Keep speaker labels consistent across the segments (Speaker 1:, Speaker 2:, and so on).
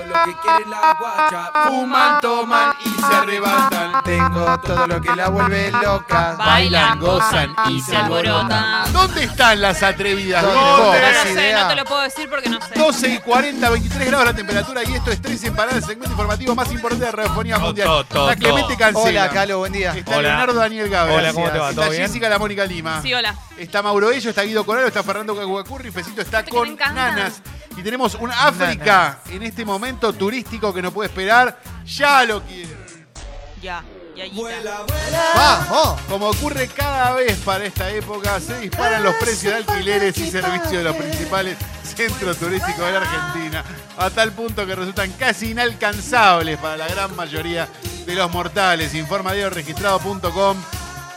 Speaker 1: de la guacha. Fuman, toman y se arrebatan. Tengo todo lo que la vuelve loca.
Speaker 2: Bailan, gozan y se alborotan.
Speaker 3: ¿Dónde están las atrevidas?
Speaker 1: ¿Dónde?
Speaker 3: Gordo?
Speaker 1: ¿Dónde?
Speaker 2: No
Speaker 1: tenés
Speaker 2: lo sé,
Speaker 1: idea.
Speaker 2: no te lo puedo decir porque no sé.
Speaker 3: 12 y 40, 23 grados la temperatura y esto es 13 en parada, el segmento informativo más importante de la radiofonía
Speaker 4: To,
Speaker 3: mundial.
Speaker 4: to, to,
Speaker 3: Está Clemente
Speaker 4: to.
Speaker 3: Cancela.
Speaker 1: Hola, Calo, buen día.
Speaker 3: Está
Speaker 4: Hola.
Speaker 3: Leonardo Daniel Gabra.
Speaker 4: Hola, ¿cómo te va?
Speaker 3: Está
Speaker 4: ¿Todo bien?
Speaker 3: Jessica La Mónica Lima.
Speaker 2: Sí, hola.
Speaker 3: Está Mauro Ello, está Guido Coralo, está Fernando Caguacurri, Fecito está
Speaker 2: Te- que me
Speaker 3: con
Speaker 2: encantan.
Speaker 3: Nanas. Y tenemos un África en este momento turístico que no puede esperar. Ya lo quiero.
Speaker 2: Ya, ya, ya.
Speaker 1: ¡Vamos!
Speaker 3: Como ocurre cada vez para esta época, se disparan los precios de alquileres y servicios de los principales centros turísticos de la Argentina, a tal punto que resultan casi inalcanzables para la gran mayoría de los mortales. Informa dioregistrado.com,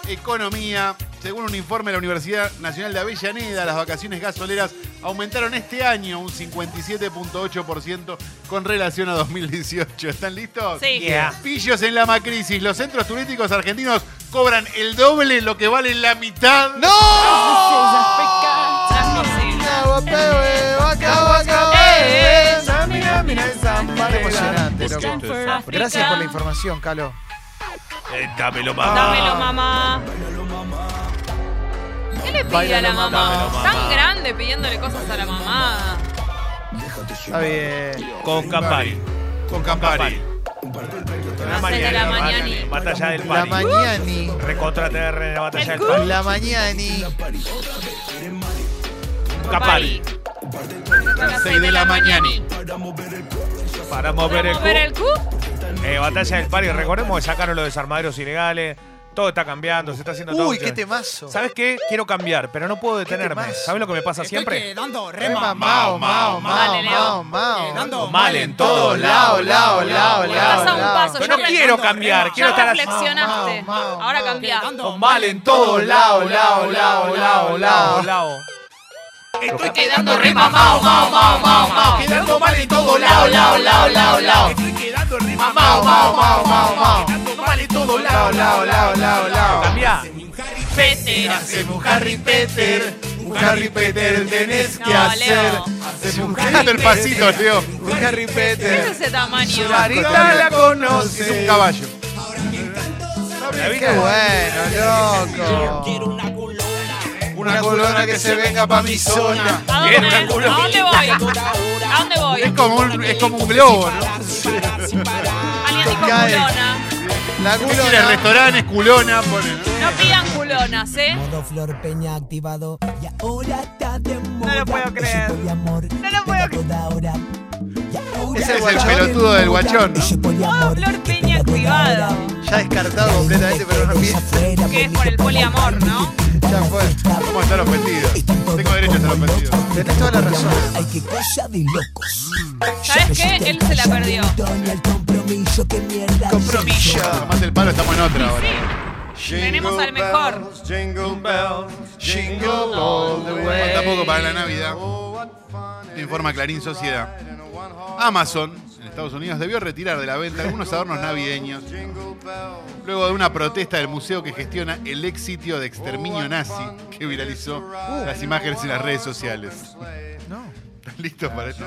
Speaker 3: economía. Según un informe de la Universidad Nacional de Avellaneda, las vacaciones gasoleras aumentaron este año un 57.8% con relación a 2018. ¿Están listos?
Speaker 2: Sí.
Speaker 4: Yeah.
Speaker 3: Pillos en la macrisis. Los centros turísticos argentinos cobran el doble lo que vale la mitad.
Speaker 1: ¡No!
Speaker 2: Ya es posible.
Speaker 1: eh, Emocionante, loco. Gracias por la información, Calo.
Speaker 4: Eh, Dámelo, mamá.
Speaker 2: Dámelo, mamá. ¿Qué le pide a la
Speaker 1: Báilalo,
Speaker 2: mamá?
Speaker 1: mamá.
Speaker 4: Dámelo, mamá.
Speaker 2: Tan grande pidiéndole cosas a la mamá.
Speaker 1: Está bien.
Speaker 4: Con Campari.
Speaker 3: Con Campari.
Speaker 2: Haces de la mañana y-
Speaker 4: Batalla del
Speaker 1: La
Speaker 4: Pari.
Speaker 1: mañani.
Speaker 4: Recontra TR en la batalla
Speaker 2: El
Speaker 4: del Pari.
Speaker 1: La mañani.
Speaker 4: Campari.
Speaker 2: A las seis
Speaker 3: de la mañana.
Speaker 2: ¿Para
Speaker 4: Para mover el
Speaker 2: mover el
Speaker 4: cu.
Speaker 2: cu?
Speaker 4: Eh, batalla del Pari. Recordemos que sacaron los desarmaderos ilegales. Todo está cambiando, se está haciendo todo.
Speaker 1: Uy, qué temazo.
Speaker 4: ¿Sabes qué? Quiero cambiar, pero no puedo detenerme.
Speaker 1: temazo.
Speaker 4: ¿Sabes lo que me pasa siempre?
Speaker 5: quedando
Speaker 1: Rema, mao, mao, mao, mao,
Speaker 2: Dale, Leo.
Speaker 1: mao.
Speaker 4: Mal en todo
Speaker 1: lado, lado, lado,
Speaker 2: Me pasa un
Speaker 1: lado.
Speaker 2: paso.
Speaker 4: Pero
Speaker 2: ya
Speaker 4: no
Speaker 2: re-
Speaker 4: quiero cambiar,
Speaker 2: ya
Speaker 4: quiero estar así.
Speaker 1: Mau,
Speaker 2: reflexionaste.
Speaker 1: mau, mau,
Speaker 2: Ahora
Speaker 1: mau.
Speaker 2: cambiá.
Speaker 4: Mal en
Speaker 1: Todo lado, lado, lado, lado, lado.
Speaker 4: lado.
Speaker 2: Estoy quedando re mamao, mao, mao, mao, mao.
Speaker 1: Quedando mal en todo lado, lado, lado, lado, lado.
Speaker 5: Estoy quedando re
Speaker 1: Mao, mao, mao, mao, mao.
Speaker 5: Quedando mal en todo
Speaker 1: Lao,
Speaker 5: lado,
Speaker 1: lao, lao, lao, lao.
Speaker 4: Cambiá.
Speaker 2: Petera.
Speaker 1: Hacemos un Harry Peter, un Harry Peter tenés que
Speaker 2: No,
Speaker 1: hacer.
Speaker 2: Leo.
Speaker 1: Hacemos un Harry
Speaker 3: Dando el pasito, Leo.
Speaker 1: Un Harry
Speaker 2: ¿Qué es
Speaker 1: Peter.
Speaker 3: Eh,
Speaker 2: ese tamaño?
Speaker 1: Marita la
Speaker 3: Es un
Speaker 1: conoce.
Speaker 3: caballo.
Speaker 4: ¿La viste?
Speaker 1: Qué bueno, loco. Una colona que se venga pa' mi zona.
Speaker 2: ¿A dónde? ¿A dónde voy? ¿A dónde
Speaker 3: Es
Speaker 2: voy?
Speaker 3: como un, es como un globo, ¿no?
Speaker 2: Alguien dijo
Speaker 1: Cae.
Speaker 2: culona.
Speaker 1: La
Speaker 3: En el
Speaker 1: culona.
Speaker 3: restaurante es culona, pone, ¿no?
Speaker 2: No pidan culonas, ¿eh?
Speaker 6: Modo Flor Peña activado y ahora está de moda.
Speaker 2: lo puedo
Speaker 6: Eso
Speaker 2: creer.
Speaker 6: por amor,
Speaker 2: No lo puedo
Speaker 6: de moda ahora. Y ahora
Speaker 3: Ese es
Speaker 6: está
Speaker 3: el
Speaker 6: de
Speaker 3: pelotudo
Speaker 6: moda.
Speaker 3: del guachón, ¿no?
Speaker 6: Eso por
Speaker 2: Modo
Speaker 6: amor,
Speaker 2: Oh, Flor
Speaker 6: que
Speaker 2: Peña
Speaker 6: está de moda
Speaker 2: activado.
Speaker 6: ahora.
Speaker 1: Ya descartado completamente, pero no
Speaker 6: Desde
Speaker 1: pienso.
Speaker 6: afuera,
Speaker 2: Que es
Speaker 6: bonito
Speaker 2: por el
Speaker 6: para
Speaker 2: poliamor,
Speaker 6: bailar,
Speaker 2: ¿no?
Speaker 1: Ya fue.
Speaker 3: ¿Cómo estar ofendido? Tengo derecho a estar ofendido.
Speaker 1: Tenés toda la razón.
Speaker 6: Ay, qué cosa de locos.
Speaker 2: ¿Sabes Mm. qué? Él se la perdió.
Speaker 6: Doña, el compromiso, qué mierda.
Speaker 1: Compromiso.
Speaker 3: Tomate el palo, estamos en otra ahora.
Speaker 2: Tenemos al mejor.
Speaker 1: Jingle bells, jingle all the way.
Speaker 3: Falta poco para la Navidad. Te informa Clarín Sociedad. Amazon, en Estados Unidos, debió retirar de la venta algunos adornos navideños luego de una protesta del museo que gestiona el ex sitio de exterminio nazi que viralizó las imágenes en las redes sociales.
Speaker 1: No,
Speaker 3: ¿Están listos para esto?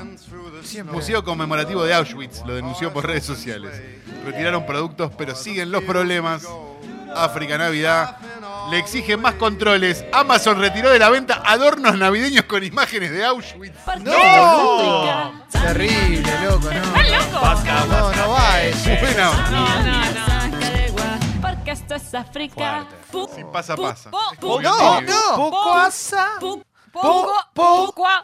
Speaker 1: siempre.
Speaker 3: Museo conmemorativo de Auschwitz lo denunció por redes sociales. Retiraron productos, pero siguen los problemas. África Navidad le exigen más controles. Amazon retiró de la venta adornos navideños con imágenes de Auschwitz.
Speaker 1: ¡No! Terrible, loco,
Speaker 2: ¿Estás
Speaker 1: no.
Speaker 2: loco?
Speaker 1: No, no va eso.
Speaker 3: Bueno,
Speaker 2: No, no, no.
Speaker 7: Porque esto es África. Pu-
Speaker 3: si pasa, pasa.
Speaker 2: Po-
Speaker 3: Es
Speaker 2: po-
Speaker 3: como
Speaker 1: No,
Speaker 3: que-
Speaker 1: no.
Speaker 2: Poco asa. Poco. Poco. Poco. Poco.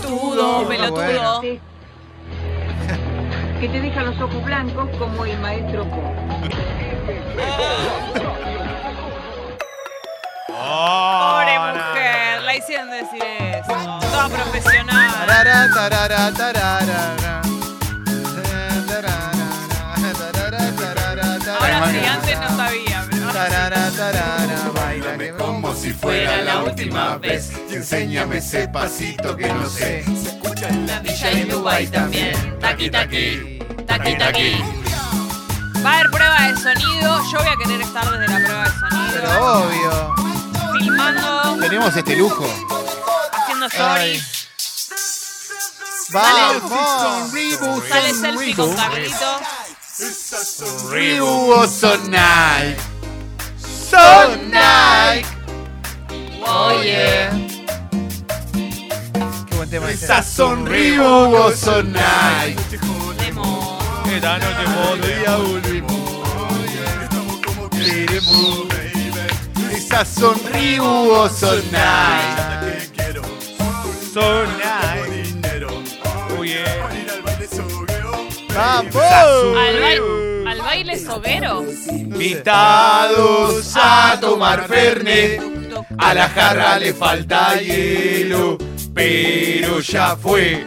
Speaker 2: Tudo, pelotudo.
Speaker 8: que te deja los ojos blancos como el maestro Po.
Speaker 2: Pobre
Speaker 4: Oh, no.
Speaker 2: mujer. La hicieron decir eso. Toda profesional.
Speaker 1: Tarara, tarara, tarara. Tarara.
Speaker 3: última vez y enséñame ese pasito que no sé.
Speaker 1: Se escucha en la
Speaker 2: Villa y en Dubái también. Taqui, taqui. Taqui, taqui.
Speaker 3: Taqui.
Speaker 2: Va a haber prueba de sonido. Yo voy a querer estar desde la prueba de sonido.
Speaker 1: Pero obvio.
Speaker 2: Filmando,
Speaker 3: Tenemos este lujo.
Speaker 2: haciendo stories.
Speaker 1: Vamos.
Speaker 2: Sale selfie con Carlito.
Speaker 3: Ryu o Sonai.
Speaker 1: Sonai.
Speaker 2: Oye.
Speaker 1: Qué buen tema ese.
Speaker 3: Sazón Ryu o Sonai.
Speaker 2: Demo.
Speaker 4: Esta noche podría-
Speaker 3: Sazón Ryu o Sonai.
Speaker 4: Uy, eh.
Speaker 1: Vamos.
Speaker 2: Al, bai- al baile soguero.
Speaker 3: Invitados a tomar Fernet.
Speaker 2: Tuc, tuc.
Speaker 3: A la jarra le falta hielo, pero ya fue.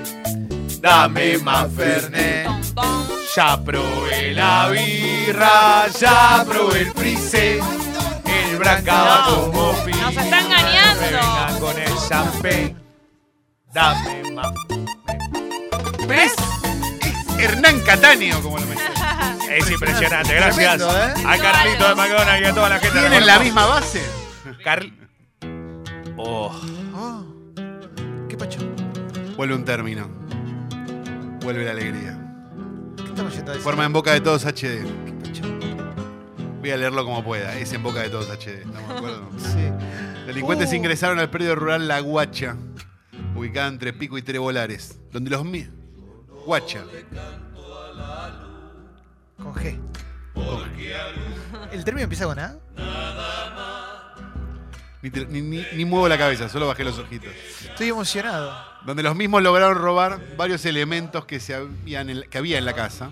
Speaker 3: Dame más Fernet.
Speaker 2: Tom, tom.
Speaker 3: Ya probé la birra, ya probé el frise, el brancaba
Speaker 2: No,
Speaker 3: como
Speaker 2: Nos
Speaker 3: pino.
Speaker 2: está engañando.
Speaker 4: Venga con el champé. Dame más.
Speaker 3: ¿Ves? Hernán Cataño, como lo mencioné.
Speaker 4: Es impresionante, gracias
Speaker 1: Tremendo, ¿eh?
Speaker 4: a Carlito de McDonald's y a toda la gente.
Speaker 3: ¿Tienen la misma base?
Speaker 4: Carl... Oh,
Speaker 1: ¿Qué pacho?
Speaker 3: Vuelve un término. Vuelve la alegría.
Speaker 1: ¿Qué estamos yendo a decir?
Speaker 3: Forma en boca de todos HD.
Speaker 1: ¿Qué pacho?
Speaker 3: Voy a leerlo como pueda. Es en boca de todos HD. ¿Estamos de acuerdo?
Speaker 1: Sí.
Speaker 3: Delincuentes
Speaker 1: Uh.
Speaker 3: ingresaron al predio rural La Guacha, ubicada entre Pico y Trebolares, donde los mi... Guacha.
Speaker 1: Con G. ¿El término empieza con A?
Speaker 3: Ni, te- ni- ni- ni muevo la cabeza, solo bajé los ojitos.
Speaker 1: Estoy emocionado.
Speaker 3: Donde los mismos lograron robar varios elementos que, se habían en- que había en la casa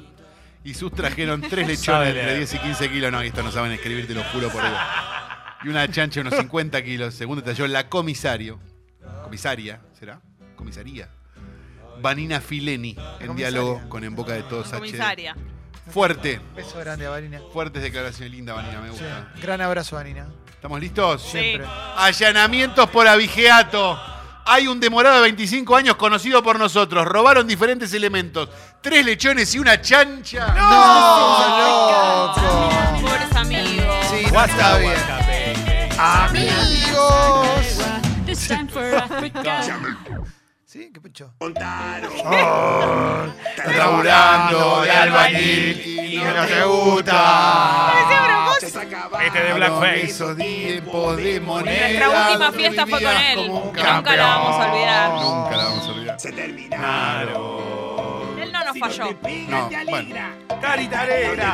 Speaker 3: y sustrajeron tres
Speaker 4: Sabe
Speaker 3: lechones entre
Speaker 4: leer.
Speaker 3: 10 y 15 kilos. No, esto no saben escribir, te lo juro por Dios. Y una chancha de unos 50 kilos, según detalló la comisario. Comisaria, ¿será? Comisaría. Vanina Fileni, en
Speaker 1: comisaria.
Speaker 3: diálogo con En Boca de Todos HD.
Speaker 2: Comisaria.
Speaker 3: Fuerte.
Speaker 1: Beso grande a Vanina.
Speaker 3: Fuertes declaraciones, linda Vanina, me
Speaker 1: Sí.
Speaker 3: gusta.
Speaker 1: Gran abrazo, Vanina.
Speaker 3: ¿Estamos listos?
Speaker 2: Sí.
Speaker 1: Siempre.
Speaker 3: Allanamientos por abigeato. Hay un demorado de 25 años conocido por nosotros. Robaron diferentes elementos. Tres lechones y una chancha.
Speaker 1: ¡No! Oh, ¡Loco!
Speaker 2: Pobres amigos.
Speaker 1: Sí, no está bien. ¡Amigos!
Speaker 7: This time for Africa.
Speaker 1: ¿Sí? ¿Qué pucho?
Speaker 3: Laburando de albañil y no te gusta.
Speaker 4: este
Speaker 3: Ah,
Speaker 4: de Blackface.
Speaker 3: Esos tiempos de moneda.
Speaker 2: Nuestra última fiesta fue con
Speaker 3: vivías
Speaker 2: él.
Speaker 3: como un
Speaker 2: Nunca la vamos a olvidar.
Speaker 3: campeón. Nunca la vamos a olvidar.
Speaker 2: Él no nos falló.
Speaker 3: No, bueno.
Speaker 4: Caritarera.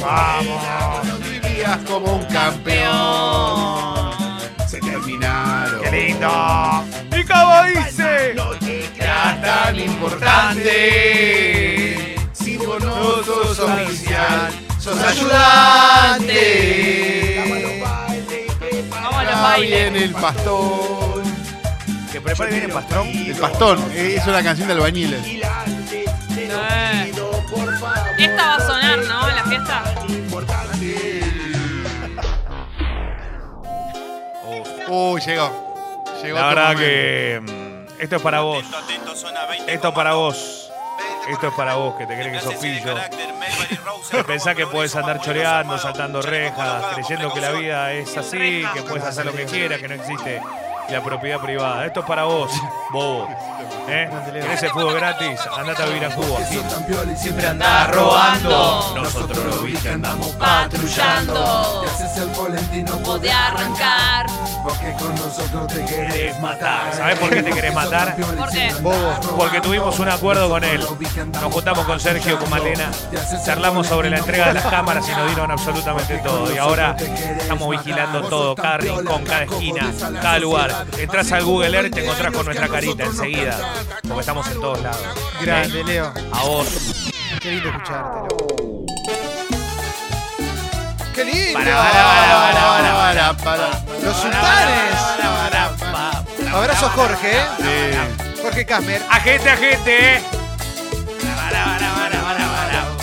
Speaker 3: Vamos. Vivías como un campeón. Se terminaron.
Speaker 4: Qué lindo. Y como dice.
Speaker 3: era tan importante. Si vos no sos oficial, sos ayudante.
Speaker 2: Vamos a los
Speaker 1: Ah,
Speaker 3: Ahora
Speaker 2: bailes.
Speaker 3: viene el pastón.
Speaker 4: Que prepare bien el pastrón.
Speaker 3: El pastón, eh, es una canción de albañiles.
Speaker 2: Eh. Y esta va a sonar, ¿no? En la fiesta.
Speaker 3: Uh, llegó. Llegó
Speaker 4: La
Speaker 3: tu
Speaker 4: verdad
Speaker 3: momento.
Speaker 4: que. mm, Esto es para vos. Esto es para vos. Esto es para vos, que te crees que sos pillo. Que pensás que puedes andar choreando, saltando rejas, creyendo que la vida es así, que puedes hacer lo que quieras, que no existe la propiedad privada. Esto es para vos, bobo. ¿Eh? ¿Querés el fútbol gratis? Andate a vivir a Cuba.
Speaker 5: Siempre
Speaker 2: Está robando.
Speaker 5: Nosotros lo viste, andamos
Speaker 2: Patrullando.
Speaker 5: Te haces el volentino,
Speaker 2: Pude arrancar.
Speaker 5: Porque con nosotros te querés matar.
Speaker 4: ¿Sabés por qué te querés matar?
Speaker 2: ¿Por qué?
Speaker 4: Porque tuvimos un acuerdo con él. Nos juntamos con Sergio, con Malena, charlamos sobre la entrega de las cámaras y nos dieron absolutamente todo. Y ahora estamos vigilando todo, cada rincón, cada esquina, cada lugar. Entrás al Google Earth y te encontrás con nuestra carita enseguida. Porque estamos en todos lados. ¿Eh?
Speaker 1: Grande, Leo.
Speaker 4: A vos.
Speaker 1: Qué lindo escucharte, loco. ¡Qué lindo!
Speaker 4: Para, para,
Speaker 3: Para,
Speaker 4: para, para,
Speaker 3: para.
Speaker 1: ¡Los sultanes! Abrazos, Jorge. ¿eh?
Speaker 3: Sí.
Speaker 1: Jorge Casmer.
Speaker 4: A gente, a gente, ¿eh?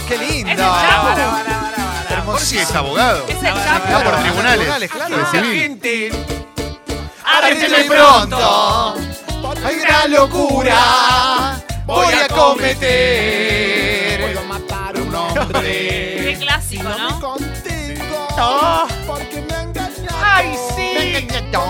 Speaker 1: qué lindo.
Speaker 2: Es el Chapo.
Speaker 1: Pará, pará, pará, pará.
Speaker 3: ¿Por qué es abogado?
Speaker 2: Es el Chapo.
Speaker 3: Está por tribunales.
Speaker 1: Tribunales, Ah, claro.
Speaker 3: De civil.
Speaker 4: Argentina.
Speaker 1: Arrésteme pronto. Hay gran locura. Voy a cometer.
Speaker 5: Puedo matar a un hombre.
Speaker 2: Qué clásico, ¿no?
Speaker 5: contigo.
Speaker 1: Ah.
Speaker 5: Porque me engañaste.
Speaker 1: ¡Ay, sí!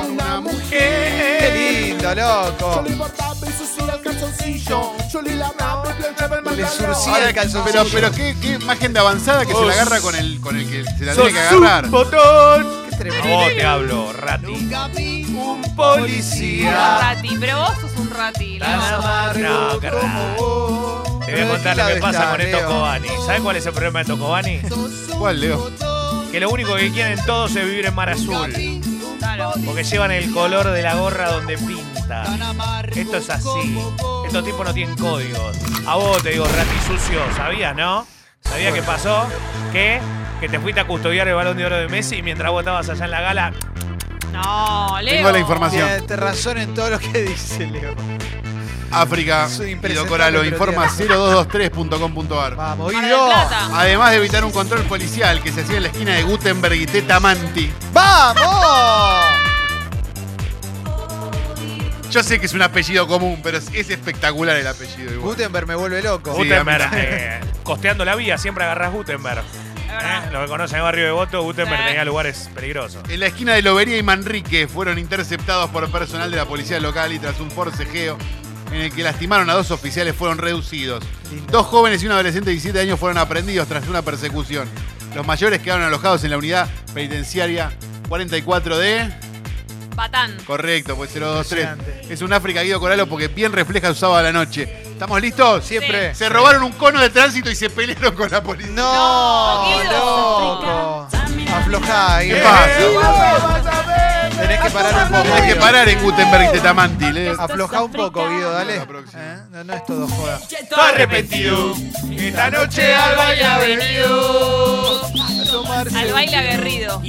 Speaker 5: Una mujer.
Speaker 1: ¡Qué lindo, loco!
Speaker 5: Solo importaba y susurra el calzoncillo. Yo le lavaba, le echaba el
Speaker 1: Le
Speaker 5: pantalón.
Speaker 1: surcía el
Speaker 3: Pero,
Speaker 1: calzoncillo.
Speaker 3: pero qué, qué imagen de avanzada que se la agarra con el, con el que se la tiene que
Speaker 4: Sos un
Speaker 3: agarrar.
Speaker 4: botón.
Speaker 1: Qué
Speaker 4: A
Speaker 1: tremendo.
Speaker 4: vos te hablo, rati.
Speaker 1: un
Speaker 2: Un
Speaker 1: policía.
Speaker 2: rati, pero vos sos un rati. ¿no?
Speaker 4: No, qué
Speaker 1: raro.
Speaker 4: Te voy a contar lo que pasa con estos Cobani. ¿Sabes cuál es el problema de estos Cobani?
Speaker 3: ¿Cuál, Leo?
Speaker 4: Que lo único que quieren todos es vivir en mar azul.
Speaker 2: Claro.
Speaker 4: Porque llevan el color de la gorra donde pinta. Esto es así. Estos tipos no tienen códigos. A vos te digo, Rati Sucio, ¿sabías, no? ¿Sabías qué pasó? ¿Qué? Que te fuiste a custodiar el balón de oro de Messi y mientras vos estabas allá en la gala.
Speaker 2: No, Leo.
Speaker 3: Tengo la información.
Speaker 1: Tiene razón en todo lo que dice Leo.
Speaker 3: África,
Speaker 1: Soy
Speaker 3: Guido
Speaker 1: impresentable,
Speaker 3: Coralo,
Speaker 1: pero
Speaker 3: informa
Speaker 1: tiene-
Speaker 3: 0223.com.ar.
Speaker 1: Vamos,
Speaker 2: Mar del
Speaker 1: Guido.
Speaker 2: Plata.
Speaker 3: Además de evitar un control policial que se hacía en la esquina de Gutenberg y Tetamanti.
Speaker 1: ¡Vamos!
Speaker 3: Yo sé que es un apellido común, pero es es espectacular el apellido. igual.
Speaker 1: Gutenberg me vuelve loco.
Speaker 3: Sí.
Speaker 4: Gutenberg,
Speaker 3: a mí-
Speaker 4: eh, costeando la vía, siempre agarrás Gutenberg.
Speaker 2: verdad.
Speaker 4: Eh, Lo que conocen en Barrio de Voto, Gutenberg
Speaker 2: Sí.
Speaker 4: tenía lugares peligrosos.
Speaker 3: En la esquina de Lobería y Manrique fueron interceptados por personal de la policía local y tras un forcejeo en el que lastimaron a dos oficiales fueron reducidos.
Speaker 1: Lindo.
Speaker 3: Dos jóvenes y un adolescente de 17 años fueron aprendidos tras una persecución. Los mayores quedaron alojados en la unidad penitenciaria 44 de...
Speaker 2: Patán.
Speaker 3: Correcto, pues 023.
Speaker 1: Impresionante.
Speaker 3: Es un África Guido Coralo porque bien refleja el sábado a la noche. ¿Estamos listos?
Speaker 1: Siempre.
Speaker 3: Se robaron un cono de tránsito y se pelearon con la policía.
Speaker 1: No,
Speaker 2: No, Guido.
Speaker 1: loco. Aflojá,
Speaker 3: ¿Qué
Speaker 1: Guido.
Speaker 3: pasa?
Speaker 1: Tenés que parar un poco.
Speaker 3: Hay que
Speaker 1: Guido.
Speaker 3: parar en Gutenberg y Tetamanti. ¿eh?
Speaker 1: Aflojá un poco, Guido, dale.
Speaker 3: La próxima.
Speaker 1: ¿Eh? No, no es todo joda.
Speaker 4: Todo arrepentido. Esta noche al baile ha venido.
Speaker 2: Al baile aguerrido.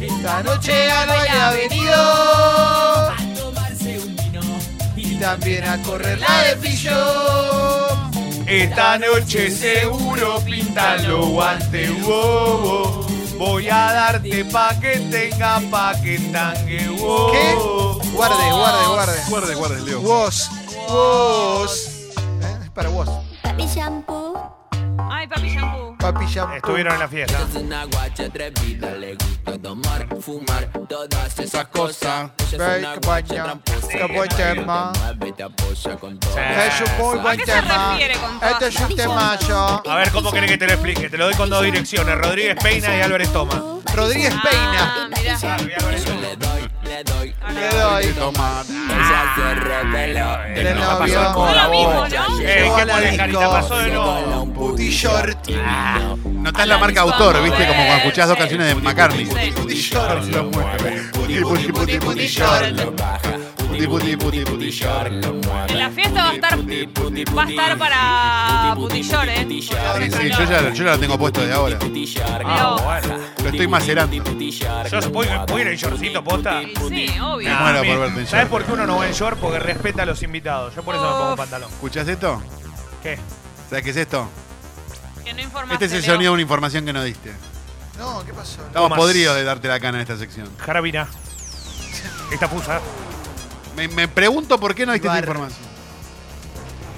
Speaker 1: Esta noche al baile ha venido. Y también a correr la de pillo.
Speaker 4: Esta noche seguro pintan los guantes, wow, wow. Voy a darte pa' que tenga pa' que tangue, wow.
Speaker 1: ¿Qué? Guarde, guarde, guarde.
Speaker 3: Guarde, guarde, Leo.
Speaker 1: Vos, vos. ¿Eh? Es para vos.
Speaker 9: Papi shampoo.
Speaker 2: Ay, papi shampoo.
Speaker 1: Papi ya.
Speaker 4: Estuvieron en la fiesta.
Speaker 10: una guacha atrevida, le gusta tomar, fumar, todas esas cosas. Ella es
Speaker 1: Ey,
Speaker 10: una
Speaker 1: qué guacha.
Speaker 10: guacha tramposa,
Speaker 1: Qué
Speaker 10: que
Speaker 1: guacha,
Speaker 10: mueve, te
Speaker 1: hermano.
Speaker 10: mueve, te apoya con todo.
Speaker 1: Este Es un muy buen
Speaker 2: qué se
Speaker 1: tema.
Speaker 2: refiere con todas
Speaker 1: Este es un
Speaker 9: esas
Speaker 1: temazo.
Speaker 4: A ver, ¿cómo querés que te lo explique? Te lo doy con dos direcciones, Rodríguez Peina y Álvarez Toma.
Speaker 1: Rodríguez
Speaker 2: Ah,
Speaker 1: Peina.
Speaker 2: mirá.
Speaker 10: Le doy, le doy.
Speaker 1: Le doy.
Speaker 3: Tomar.
Speaker 10: Ella se repeló
Speaker 1: Del
Speaker 10: de lo que
Speaker 1: novio.
Speaker 10: pasó con
Speaker 2: Fue
Speaker 10: la
Speaker 2: lo mismo,
Speaker 10: bocha.
Speaker 2: ¿no?
Speaker 4: Eh,
Speaker 1: Llegó
Speaker 4: ¿qué
Speaker 1: a la
Speaker 4: pones, Carita?
Speaker 1: disco.
Speaker 4: Pasó de
Speaker 10: Con
Speaker 4: nuevo.
Speaker 10: un
Speaker 1: Puti
Speaker 10: putillo.
Speaker 1: short.
Speaker 3: Notás la marca autor, ¿viste? Como cuando escuchás dos canciones de McCartney.
Speaker 2: Sí.
Speaker 1: Puti short.
Speaker 10: Lo mueve,
Speaker 3: Puti,
Speaker 10: puti, puti,
Speaker 3: puti,
Speaker 10: puti,
Speaker 3: puti,
Speaker 10: puti,
Speaker 1: short.
Speaker 10: short. Lo baja, puti, puti, puti, puti, short. Lo mueve.
Speaker 2: En la fiesta va a estar,
Speaker 10: Puti, puti, puti,
Speaker 2: va a estar para putillor, ¿eh?
Speaker 10: puti, puti,
Speaker 3: Sí, sí, yo ya, yo ya lo tengo puesto de ahora.
Speaker 10: puti, short.
Speaker 4: Ah,
Speaker 2: Leo.
Speaker 4: bueno.
Speaker 3: Lo estoy macerando.
Speaker 4: Yo voy, voy a ir en shortcito, posta. Ah,
Speaker 2: Sí, obvio.
Speaker 3: Me muero por verte en
Speaker 4: ¿Sabes
Speaker 3: short.
Speaker 4: por qué uno no va en short? Porque respeta a los invitados. Yo por eso me pongo
Speaker 2: Uf.
Speaker 4: pantalón.
Speaker 3: ¿Escuchás esto?
Speaker 4: ¿Qué?
Speaker 3: ¿Sabes qué es esto?
Speaker 2: Que no informaste,
Speaker 3: Este es el
Speaker 2: Leo.
Speaker 3: sonido de una información que no diste.
Speaker 1: No, ¿qué pasó?
Speaker 3: Estamos
Speaker 4: Tomás.
Speaker 3: podridos de darte la cana en esta sección.
Speaker 4: Jarabina. Esta fusa.
Speaker 3: Me, me pregunto por qué no diste esta
Speaker 1: Bar.
Speaker 3: información.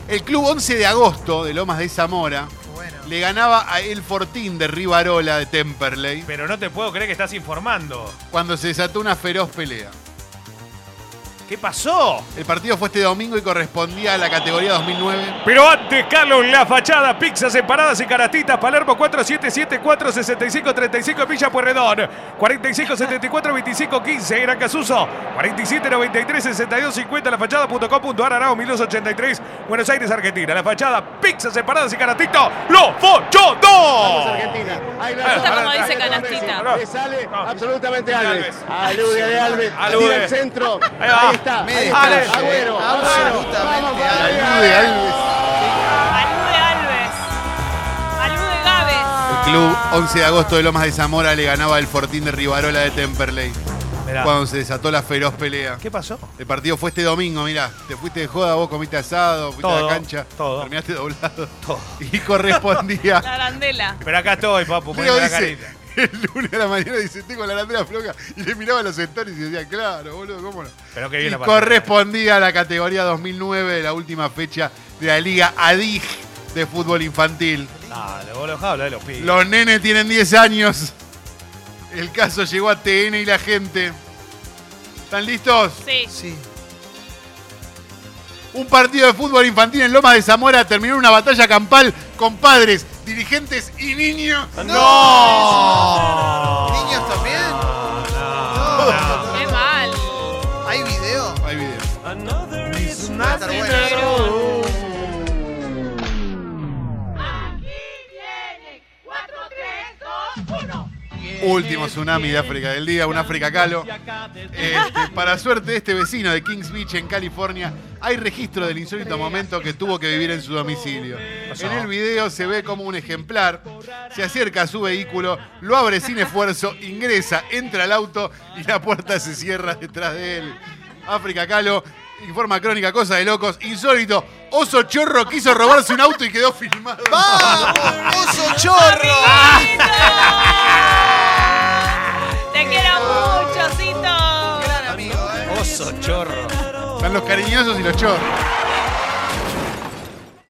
Speaker 3: El club 11 de agosto de Lomas de Zamora
Speaker 1: Bueno.
Speaker 3: le ganaba a El Fortín de Rivarola de Temperley
Speaker 4: Pero no te puedo creer que estás informando.
Speaker 3: cuando se desató una feroz pelea.
Speaker 4: ¿Qué pasó?
Speaker 3: El partido fue este domingo y correspondía a la categoría 2009.
Speaker 4: Pero antes, Carlos, la fachada, pizzas separadas y caratitas, Palermo 4774-6535, Villa Puerredón, 4574-2515, Gran Casuso, 4793-6250, lafachada.com.ar, Arao 1283, Buenos Aires, Argentina. La fachada, pizzas separadas y caratito, lo fochodo.
Speaker 2: Me gusta como dice canastita.
Speaker 5: sale absolutamente
Speaker 4: Alves. Ah,
Speaker 5: Alude de Alves.
Speaker 4: Alude. Tira el
Speaker 5: centro.
Speaker 4: eh. Ahí va. Ahí está.
Speaker 1: Me
Speaker 4: Ale.
Speaker 1: destrozo.
Speaker 5: Agüero.
Speaker 1: Absolutamente. Agüero.
Speaker 3: Alude Alves. Ah,
Speaker 2: Alude Alves. Alude Gávez.
Speaker 3: El club 11 de agosto de Lomas de Zamora le ganaba al Fortín de Rivarola de Temperley.
Speaker 4: Me Mirá.
Speaker 3: cuando se desató la feroz pelea.
Speaker 4: ¿Qué pasó?
Speaker 3: El partido fue este domingo, mirá. Te fuiste de joda, vos comiste asado, fuiste a
Speaker 4: Todo,
Speaker 3: la cancha,
Speaker 4: todo.
Speaker 3: terminaste doblado.
Speaker 4: Todo.
Speaker 3: Y correspondía.
Speaker 2: La arandela.
Speaker 4: Pero acá estoy, papu.
Speaker 3: Leo
Speaker 4: poneme la
Speaker 3: dice,
Speaker 4: carita.
Speaker 3: el lunes a la mañana dice, tengo la ladera floja. Y le miraba a los sectores y decía, claro, boludo, ¿cómo no?
Speaker 4: Pero qué
Speaker 3: y
Speaker 4: bien la partida.
Speaker 3: correspondía a la categoría 2009 de la última fecha de la Liga ADIG de fútbol infantil.
Speaker 4: Dale, vos lo dejá hablar de los pibes.
Speaker 3: Los nenes tienen 10 años. El caso llegó a TN y la gente. ¿Están listos?
Speaker 2: Sí.
Speaker 1: Sí.
Speaker 3: Un partido de fútbol infantil en Lomas de Zamora terminó en una batalla campal con padres, dirigentes y niños.
Speaker 4: ¡No!
Speaker 1: ¿Niños también?
Speaker 4: No,
Speaker 2: Qué mal.
Speaker 1: ¿Hay video?
Speaker 3: Hay video.
Speaker 1: Va a estar bueno.
Speaker 3: Último tsunami de África del día, un África calo. Este, para suerte de este vecino de Kings Beach en California, hay registro del insólito momento que tuvo que vivir en su domicilio. En el video se ve como un ejemplar se acerca a su vehículo, lo abre sin esfuerzo, ingresa, entra al auto y la puerta se cierra detrás de él. África Calo informa crónica, cosa de locos, insólito, oso chorro quiso robarse un auto y quedó filmado.
Speaker 1: ¡Vamos! ¡Oso
Speaker 3: Ah.
Speaker 1: chorro!
Speaker 2: Te quiero mucho, Cito.
Speaker 1: Gran amigo, ¿eh?
Speaker 4: Oso chorro.
Speaker 3: Están los cariñosos y los chorros.